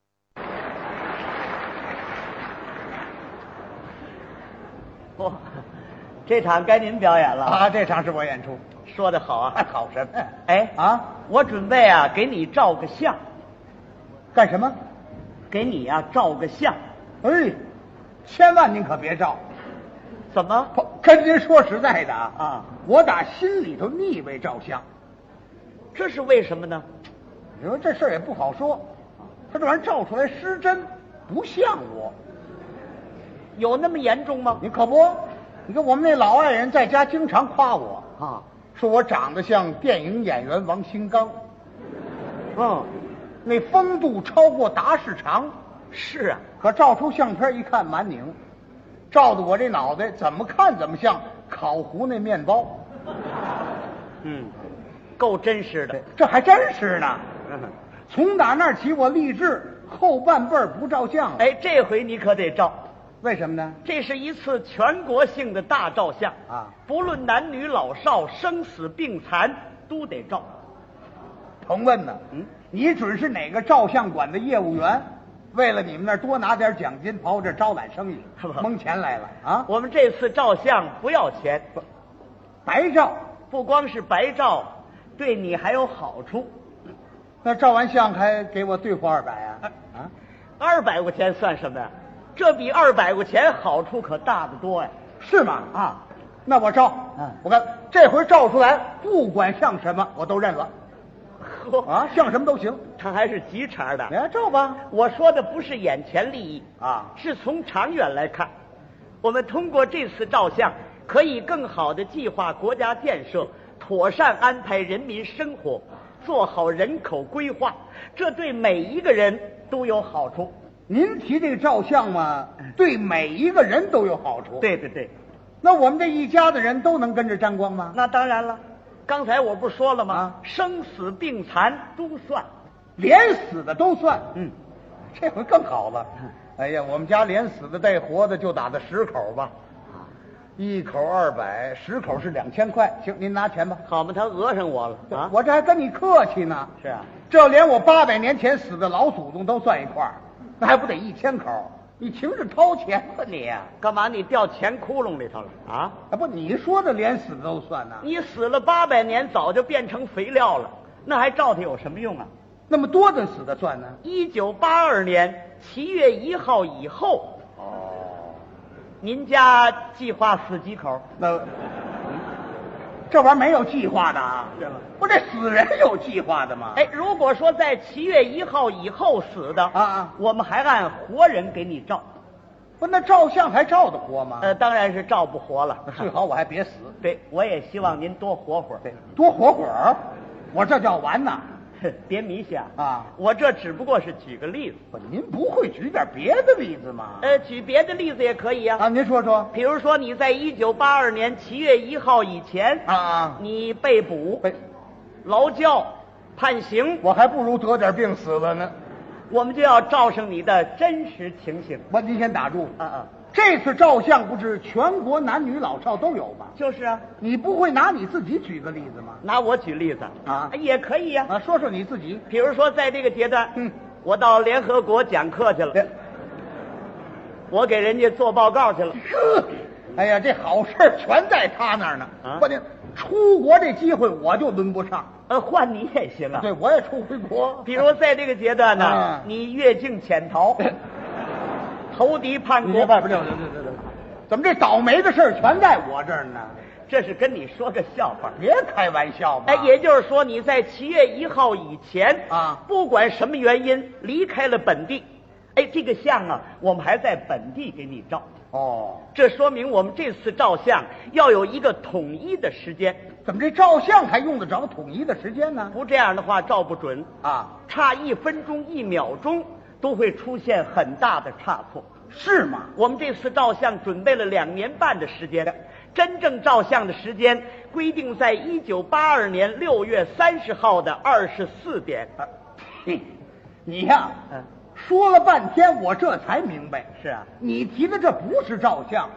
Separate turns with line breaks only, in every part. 嚯，这场该您表演了
啊，这场是我演 出，
说的好 啊！
好什么？
哎
啊，
我准备啊给你照个相，
干什么？
给你啊照个相，
哎，千万您可别照。
怎么？
不跟您说实在的啊，
啊
我打心里头腻味照相。
这是为什么呢？
你说这事儿也不好说，他这玩意儿照出来失真，不像我。
有那么严重吗？
你可不，你看我们那老爱人在家经常夸我，
啊，
说我长得像电影演员王新刚，
嗯，
那风度超过达士长。
是啊，
可照出相片一看，蛮拧，照的我这脑袋怎么看怎么像烤糊那面包，
嗯，够真实的。
这还真是呢。
嗯，
从打那儿起，我立志后半辈儿不照相了。，
哎，这回你可得照，
为什么呢？
这是一次全国性的大照相
啊
不论男女老少、生死病残都得照。
甭问呢。
嗯，
你准是哪个照相馆的业务员，为了你们那儿多拿点奖金，跑我这招揽生意
是吧，
蒙钱来了啊！
我们这次照相不要钱，
白照，
不光是白照，对你还有好处。
那照完相还给我兑付二百啊？
哎
啊，
二百块钱算什么呀？这比二百块钱好处可大得多呀！
是吗？
啊，
那我照，
嗯
我看这回照出来，不管像什么我都认了
呵，
啊，像什么都行，
他还是急茬的
你。来照吧。
我说的不是眼前利益
啊
是从长远来看，我们通过这次照相，可以更好的计划国家建设，妥善安排人民生活，做好人口规划，这对每一个人都有好处。
您提这个照相嘛，对每一个人都有好处。，
嗯对对对，
那我们这一家的人都能跟着沾光吗？
那当然了，刚才我不是说了吗？
啊
生死病残都算。
连死的都算。
嗯，
这回更好了。哎呀，我们家连死的带活的就打的十口吧，
啊
一口二百，十口是两千块。行，您拿钱吧。
好嘛，他讹上我了啊！
我这还跟你客气呢。
是啊，
这要连我八百年前死的老祖宗都算一块儿，那还不得一千口？你情是掏钱吧你？啊，
干嘛你掉钱窟窿里头了啊？
不，你说的连死的都算呐、
你死了八百年，早就变成肥料了，那还照它有什么用啊？
那么多的死的算呢？
一九八二年七月一号以后，
哦，
您家计划死几口？
那这玩意儿没有计划的啊？
对了
不，这死人有计划的吗？
哎，，如果说在七月一号以后死的
啊啊
我们还按活人给你照，
不，那照相还照得活吗？
呃，当然是照不活了。
最好我还别死，
对，我也希望您多活会儿。
对，多活会儿，我这叫完呐。
哼别迷信
啊
我这只不过是举个例子，
不，您不会举点别的例子吗？
呃，举别的例子也可以啊。
啊，您说说。
比如说你在一九八二年七月一号以前
啊啊，
你被捕、
哎，
劳教、判刑，
我还不如得点病死了呢。
我们就要照上你的真实情形。
我您先打住，
啊啊，
这次照相不是全国男女老少都有吗？
就是啊，
你不会拿你自己举个例子吗？
拿我举例子哎
啊
也可以呀、
啊，说说你自己。
比如说，在这个阶段，
嗯，
我到联合国讲课去了，我给人家做报告去了。
呵，哎呀，这好事儿全在他那儿呢。
啊
关键出国这机会我就轮不上，
呃，换你也行啊。
对，我也出回国。
比如在这个阶段呢，
啊
你越境潜逃，投敌叛
你
国
这，外边溜溜溜溜溜，怎么这倒霉的事儿全在我这儿呢？
这是跟你说个笑话。
别开玩笑嘛！
哎，也就是说，你在七月一号以前
啊
不管什么原因离开了本地，哎，这个相啊，我们还在本地给你照，
哦，
这说明我们这次照相要有一个统一的时间，
怎么这照相还用得着统一的时间呢？
不这样的话照不准，
啊，
差一分钟、一秒钟都会出现很大的差错。
是吗？
我们这次照相准备了两年半的时间，真正照相的时间规定在一九八二年六月三十号的二十四点。
嘿，你呀、
嗯
说了半天，我这才明白，
是啊，
你提的这不是照相，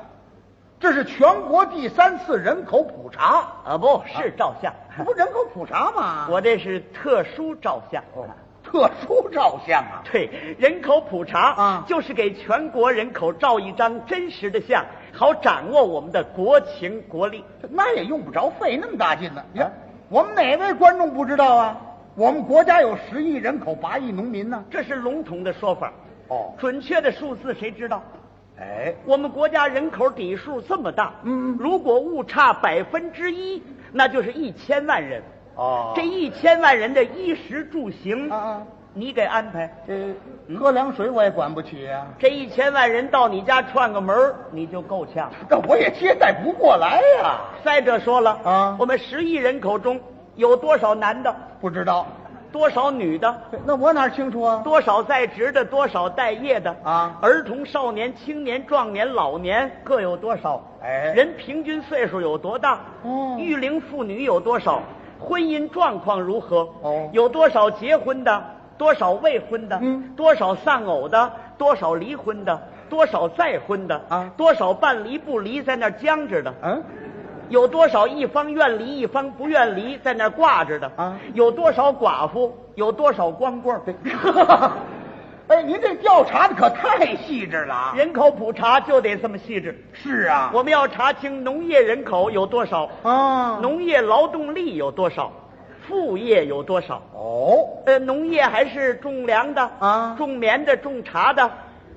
这是全国第三次人口普 查，
啊，不是照相，
这不人口普查吗？
我这是特殊照相。
哦，特 特殊照相 啊！
对，人口普查
啊
就是给全国人口照一张真实的相，好掌握我们的国情国力。
那也用不着费那么大劲呢。你看，我们哪位观众不知道啊？我们国家有十亿人口，八亿农民呢。
这是笼统的说法，
哦，
准确的数字谁知道？
哎，
我们国家人口底数这么大，
嗯
如果误差百分之一，那就是一千万人。
哦
这一千万人的衣食住行，
啊啊，
你给安排。
这嗯喝凉水我也管不起啊呀、
这一千万人到你家串个门儿你就够呛。
但 我也接待不过来呀、
再者说了，
啊
我们十亿人口中有多少男的，
不知道，
多少女的，
那我哪清楚啊？
多少在职的，多少待业的
啊
儿童、少年、青年、壮年、老年各有多少？
哎
人平均岁数有多大？
哦
育龄妇女有多少？婚姻状况如何？
哦
有多少结婚的？多少未婚的？
嗯
多少丧偶的？多少离婚的？多少再婚的？
啊
多少半离不离在那儿僵着的？
嗯，
有多少一方愿离一方不愿离在那儿挂着的？
啊
有多少寡妇？有多少光棍儿？
哎，您这调查的可太细致了啊！
人口普查就得这么细致。
是啊，
我们要查清农业人口有多少，
啊，
农业劳动力有多少，副业有多少。
哦，
呃，农业还是种粮的
啊
种棉的，种茶的，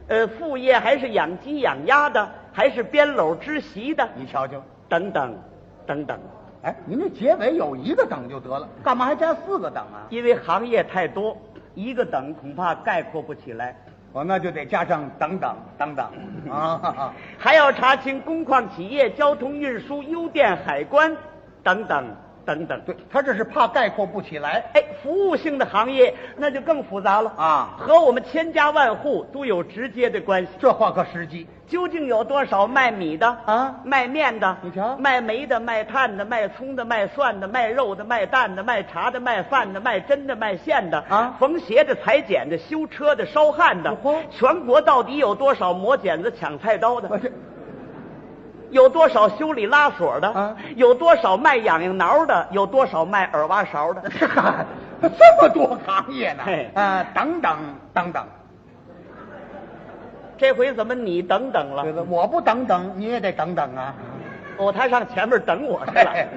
呃，副业还是养鸡养鸭的，还是编篓织席的，
你瞧瞧，
等等，等等。
哎，您这结尾有一个等就得了，干嘛还加四个等啊？
因为行业太多，一个等恐怕概括不起来。
我那就得加上等等等等 啊！
还要查清工矿企业、交通运输、邮电、海关等等等等。
对他这是怕概括不起来
哎，服务性的行业那就更复杂了
啊，
和我们千家万户都有直接的关系。
这话可实际
究竟有多少卖米的
啊
卖面的，
你瞧
卖煤的、卖炭的、卖葱的、卖蒜的、卖肉的、卖蛋的、卖茶的、卖饭的、卖针的、卖线的
啊哦
缝鞋的、裁剪的、修车的、烧焊的
哟呵，
全国到底有多少磨剪子、抢菜刀的？
我这
有多少修理拉锁的？
啊
有多少卖痒痒挠的？有多少卖耳挖勺 的？
这么多行业呢
嘿？
啊，等等等等，
这回怎么你等等了
对？了，我不等等，你也得等等啊！
哦，他上前面等我去了
嘿嘿，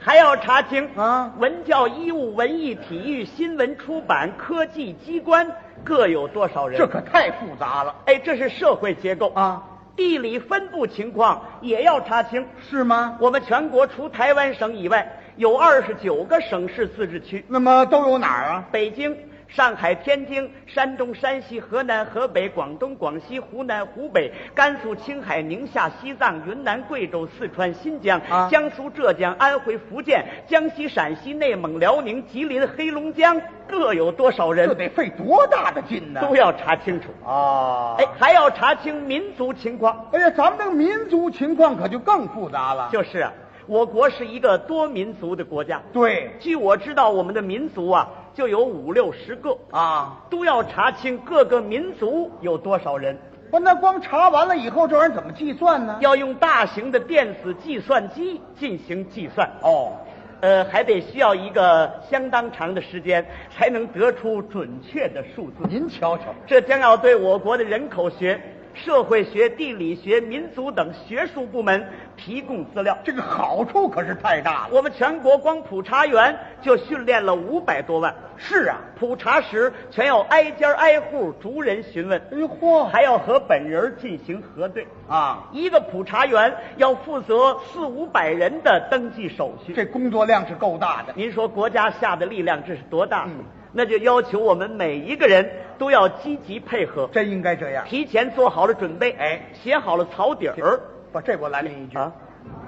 还要查清
啊
文教、医务、文艺、体育、新闻、出版、科技、机关各有多少人？
这可太复杂了
哎，这是社会结构，
啊，
地理分布情况也要查清。
是吗？
我们全国除台湾省以外，有二十九个省市自治区，
那么都有哪儿啊？
北京、上海、天津、山东、山西、河南、河北、广东、广西、湖南、湖北、甘肃、青海、宁夏、西藏、云南、贵州、四川、新疆、
啊
江苏、浙江、安徽、福建、江西、陕西、内蒙、辽宁、吉林、黑龙江，各有多少人
这，得费多大的劲呢？
都要查清楚。
啊！
哎，还要查清民族情况。
哎呀，咱们这个民族情况可就更复杂了。
就是啊，我国是一个多民族的国家。
对
据我知道，我们的民族啊，就有五六十个，
啊，
都要查清各个民族有多少人。
不，那光查完了以后，这玩意儿怎么计算呢？
要用大型的电子计算机进行计算，
哦，
呃，还得需要一个相当长的时间才能得出准确的数字。
您瞧瞧，
这将要对我国的人口学、社会学、地理学、民族等学术部门提供资料。
这个好处可是太大了。
我们全国光普查员就训练了五百多万，
是啊，
普查时全要挨家挨户逐人询问，
哎呦嚯，
还要和本人进行核对。
啊，
一个普查员要负责四五百人的登记手续。
这工作量是够大的。
您说国家下的力量这是多大？
嗯
那就要求我们每一个人都要积极配合，
真应该这样。
提前做好了准备，
哎
写好了草底儿
不，这我拦您一句
啊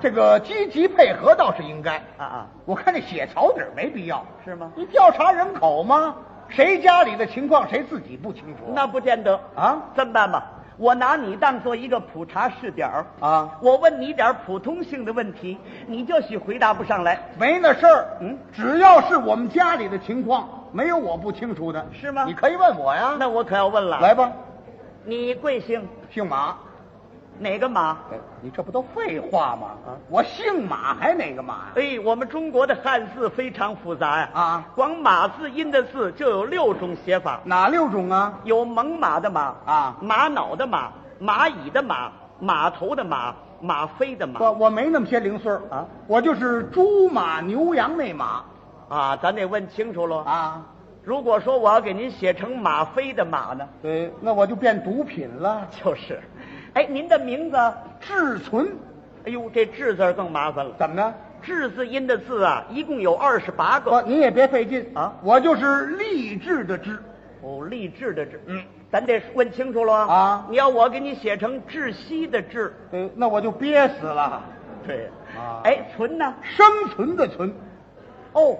这个积极配合倒是应该。
啊啊，
我看这写草底儿没必要，
是吗？
你调查人口吗？谁家里的情况谁自己不清楚？
那不见得
啊
这么办吧，我拿你当做一个普查试点儿
啊，
我问你点儿普通性的问题，你就许回答不上来，
没那事儿。
嗯，
只要是我们家里的情况，没有我不清楚的，
是吗
啊你可以问我呀。
那我可要问了。
来，吧，
你贵姓？
姓马，
哪个马？
哎你这不都废话吗？
啊
我姓马还哪个马呀？
哎，我们中国的汉字非常复杂呀、
啊
光马字音的字就有六种写法，
哪六种啊？
有猛犸的马
啊
玛瑙的马，蚂蚁的马，马头的马，马飞的马
我我没那么些零碎儿
啊，
我就是猪马牛羊那马
啊，咱得问清楚喽。
啊。
如果说我要给您写成马飞的马呢，
对，那我就变毒品了。
就是，哎，您的名字，哎
志存
呦，这志字儿更麻烦了。
怎么呢？
志字音的字啊，一共有二十八
不，
个。
您啊也别费劲
啊
我就是励志的志。
哦，励志的志，嗯，咱得问清楚喽。
啊
你要我给你写成窒息的窒，
对，哎那我就憋死了。
对
啊
哎，存呢？
生存的存，
哦，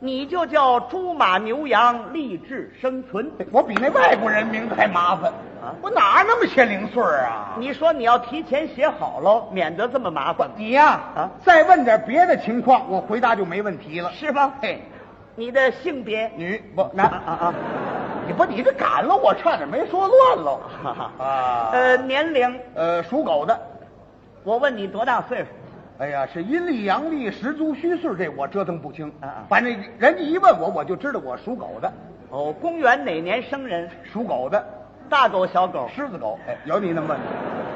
你就叫猪马牛羊，励志生存。
哎我比那外国人名字还麻烦
啊
我哪那么些零碎儿啊？
你说你要提前写好喽，免得这么麻烦，
你呀、
啊
再问点别的情况，我回答就没问题了。
是吧？
嘿，
你的性别
女不
啊
男
啊啊，
你不你这赶了我，差点没说乱喽。
哈哈
啊，
呃，年龄，
呃，属狗的，
我问你多大岁数？
哎呀，是阴历阳历十足虚岁，这我折腾不清。
啊啊
反正人家一问我，我就知道我属狗的，
哦，公元哪年生人？
属狗的，
大狗小狗？
狮子狗。哎，有你那么问的？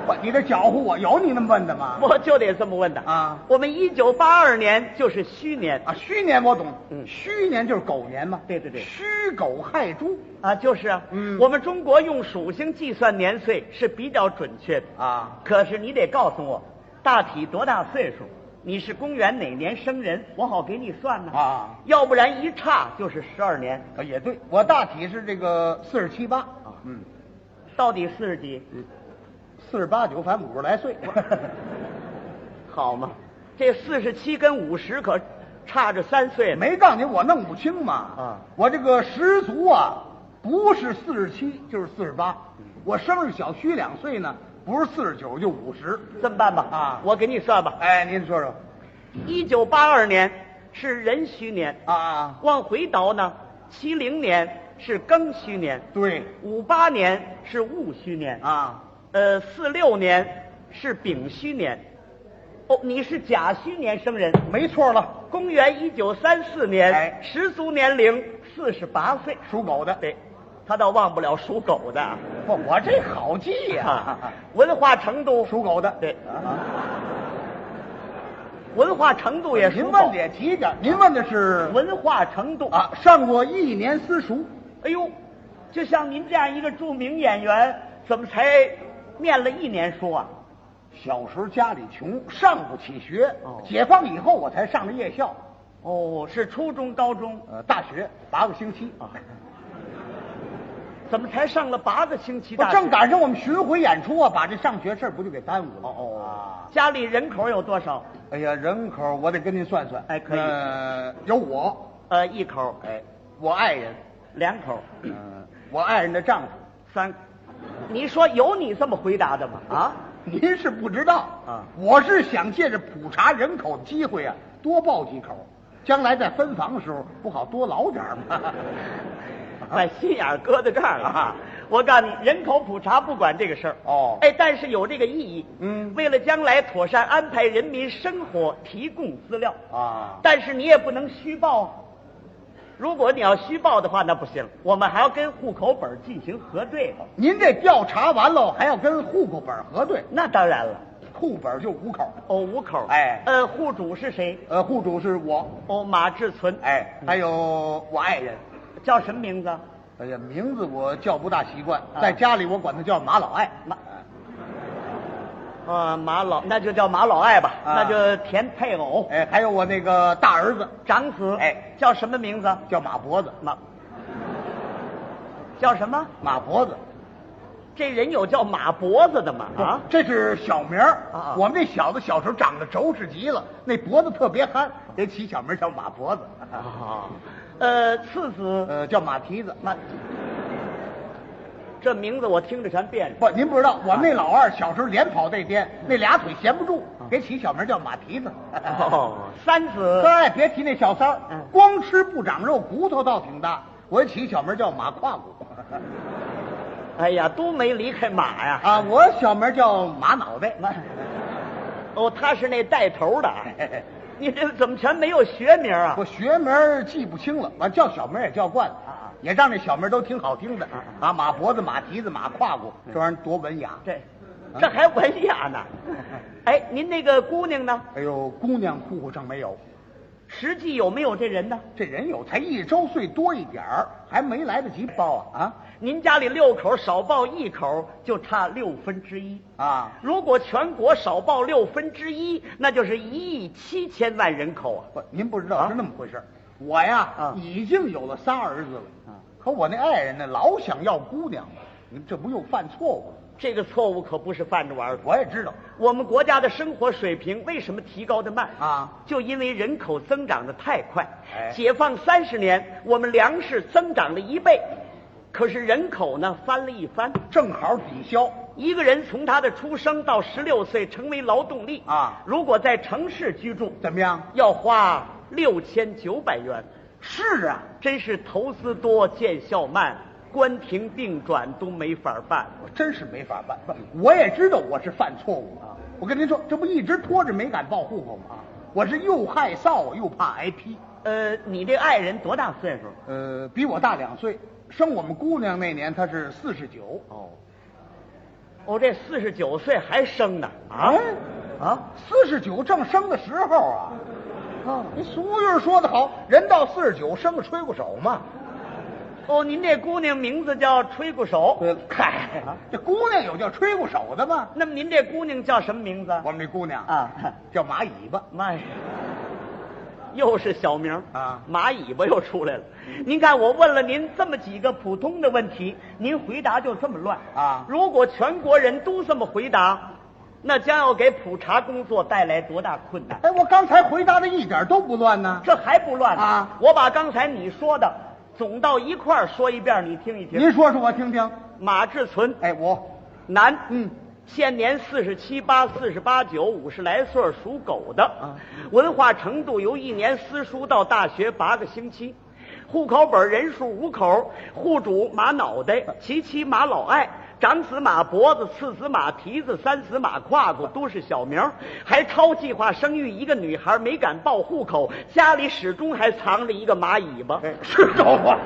不，你这搅和我，有你那么问的吗？
我就得这么问的
啊
我们一九八二年就是虚年
啊，虚年我懂，
嗯
虚年就是狗年嘛。
对对对
虚狗亥猪
啊，就是啊，
嗯
我们中国用属性计算年岁是比较准确的。
啊，
可是你得告诉我，大体多大岁数？你是公元哪年生人？我好给你算呢。
啊
要不然一差就是十二年，
啊也对，我大体是这个四十七八啊，嗯，
到底四十几？
四十八九，反正五十来 岁。
好嘛，这四十七跟五十可差着三岁呢。
没告诉你我弄不清嘛。
啊
我这个十足啊，不是四十七就是四十八。
嗯
我生日小虚两岁呢，不是四十九就五十。
这么办吧，
啊
我给你算吧。
哎，您说说
一九八二年是壬戌年，
啊？
往回倒呢，七零年是庚戌年，
对
五八年是戊戌年，
啊，
呃，四六年是丙戌年。哦，你是甲戌年生人，
没错了，
公元一九三四年
哎，
十足年龄四十八岁。
属狗的。
对，他倒忘不了属狗 的啊，
不，我这好记呀、
文化程度
属狗的。
对
啊，
文化程度也属
您
狗
问的也急点儿，您问的是
文化程度
啊，上过一年私塾。
哎呦，就像您这样一个著名演员，怎么才念了一年书啊？
小时候家里穷，上不起学。
哦
解放以后我才上的夜校，
哦，是初中、高中，
呃，大学八个星期
啊怎么才上了八个星期
不
大学？
正赶上我们巡回演出啊，把这上学事儿不就给耽误了？
哦
啊！
家里人口有多少？
哎呀，人口我得跟您算算。
哎可以
呃，有我，
呃，一口，
哎，我爱人，
两口，
嗯、我爱人的丈夫
三。你说有你这么回答的吗？
啊。您是不知道
啊
我是想借着普查人口的机会啊，多报几口，将来在分房的时候不好多捞点儿吗？
把哎心眼儿搁在这儿了啊！我告诉你，人口普查不管这个事儿
哦
哎，但是有这个意义。
嗯
为了将来妥善安排人民生活提供资料
啊
但是你也不能虚报啊。如果你要虚报的话，那不行，我们还要跟户口本进行核对。
您这调查完喽，还要跟户口本儿核对，
那当然了，
户本儿就五口，
哦，五口，
哎
呃，户主是嗯谁？
呃，户主是我，
哦，马志存，
哎，还有我爱人，
叫什么名字？
哎呀，名字我叫不大习惯，
啊
在家里我管他叫马老爱。
马啊，马老，那就叫马老爱吧，
啊
那就填配偶，
哎，还有我那个大儿子
长子，
哎，
叫什么名字？
叫马脖子，
马，叫什么？
马脖子
这人有叫马脖子的吗？ 啊，
这是小名儿
啊啊
我们这小子小时候长得轴实极了，那脖子特别憨，给起小名叫马脖子，
啊，呃，次子，
呃，叫马蹄子。
马，这名字我听着全别扭。
不，您不知
啊
道，我们那老二小时候连跑带颠，那俩腿闲不住，给起小名叫马蹄子。
啊哦，三子
三爱哎别提那小三儿
嗯，
光吃不长肉，骨头倒挺大。我起小名叫马胯骨。
哎呀，都没离开马呀！
啊，我小名叫马脑袋。
哦，他是那带头的啊，
哎
你这怎么全没有学名啊
我？学名儿记不清了，完叫小名儿也叫惯了，
啊啊
也让这小名儿都挺好听的啊，马脖子、马蹄子、马胯骨，这玩意儿多文雅。
嗯这这还文雅呢。哎，您那个姑娘呢？
哎呦，姑娘户口上没有，
实际有没有这人呢？
这人有才一周岁多一点儿，还没来得及报啊
您家里六口少报一口，就差六分之一。
啊啊！
如果全国少报六分之一，那就是一亿七千万人口啊！
不，您不知道、
啊
是那么回事儿我呀、
啊
已经有了仨儿子了，可我那爱人呢，老想要姑娘，你这不又犯错误了？
这个错误可不是犯着玩儿的。
我也知道
我们国家的生活水平为什么提高的慢？
啊，
就因为人口增长的太快。
哎
解放三十年，我们粮食增长了一倍，可是人口呢翻了一番。
正好抵消。
一个人从他的出生到十六岁成为劳动力
啊
如果在城市居住，
怎么样？
要花六千九百元，
是啊，
真是投资多见效慢，关停并转都没法办。
我真是没法办。
嗯
不，我也知道我是犯错误啊。我跟您说，这不一直拖着没敢报户口
啊
吗？我是又害臊又怕挨批。
呃，你这爱人多大岁数？
呃，比我大两岁，生我们姑娘那年她是四十九。
哦，我哦这四十九岁还生呢啊
啊
啊！
四十九正生的时候啊！啊，那俗语说得好，人到四十九，生个吹鼓手嘛。
哦，您这姑娘名字叫吹鼓手。
对了，嗨，这姑娘有叫吹鼓手的吗？
那么您这姑娘叫什么名字？
我们这姑娘
啊
叫马尾巴。
妈呀！又是小名
啊
马尾巴又出来了。您看，我问了您这么几个普通的问题，您回答就这么乱
啊
如果全国人都这么回答，那将要给普查工作带来多大困难？
哎，我刚才回答的一点都不乱呢。
这还不乱呢
啊
我把刚才你说的总到一块儿说一遍，你听一听。
您说说我听听。
马志存，
哎，我，
男，
嗯，
现年四十七八、四十八九、五十来岁儿，属狗的。
啊
文化程度由一年私塾到大学八个星期，户口本人数五口，户主马脑袋，其妻马老爱。长子马脖子，次子马蹄子，三子马胯骨，都是小名儿，还超计划生育一个女孩，没敢报户口，家里始终还藏着一个马尾巴。
哎，是找我。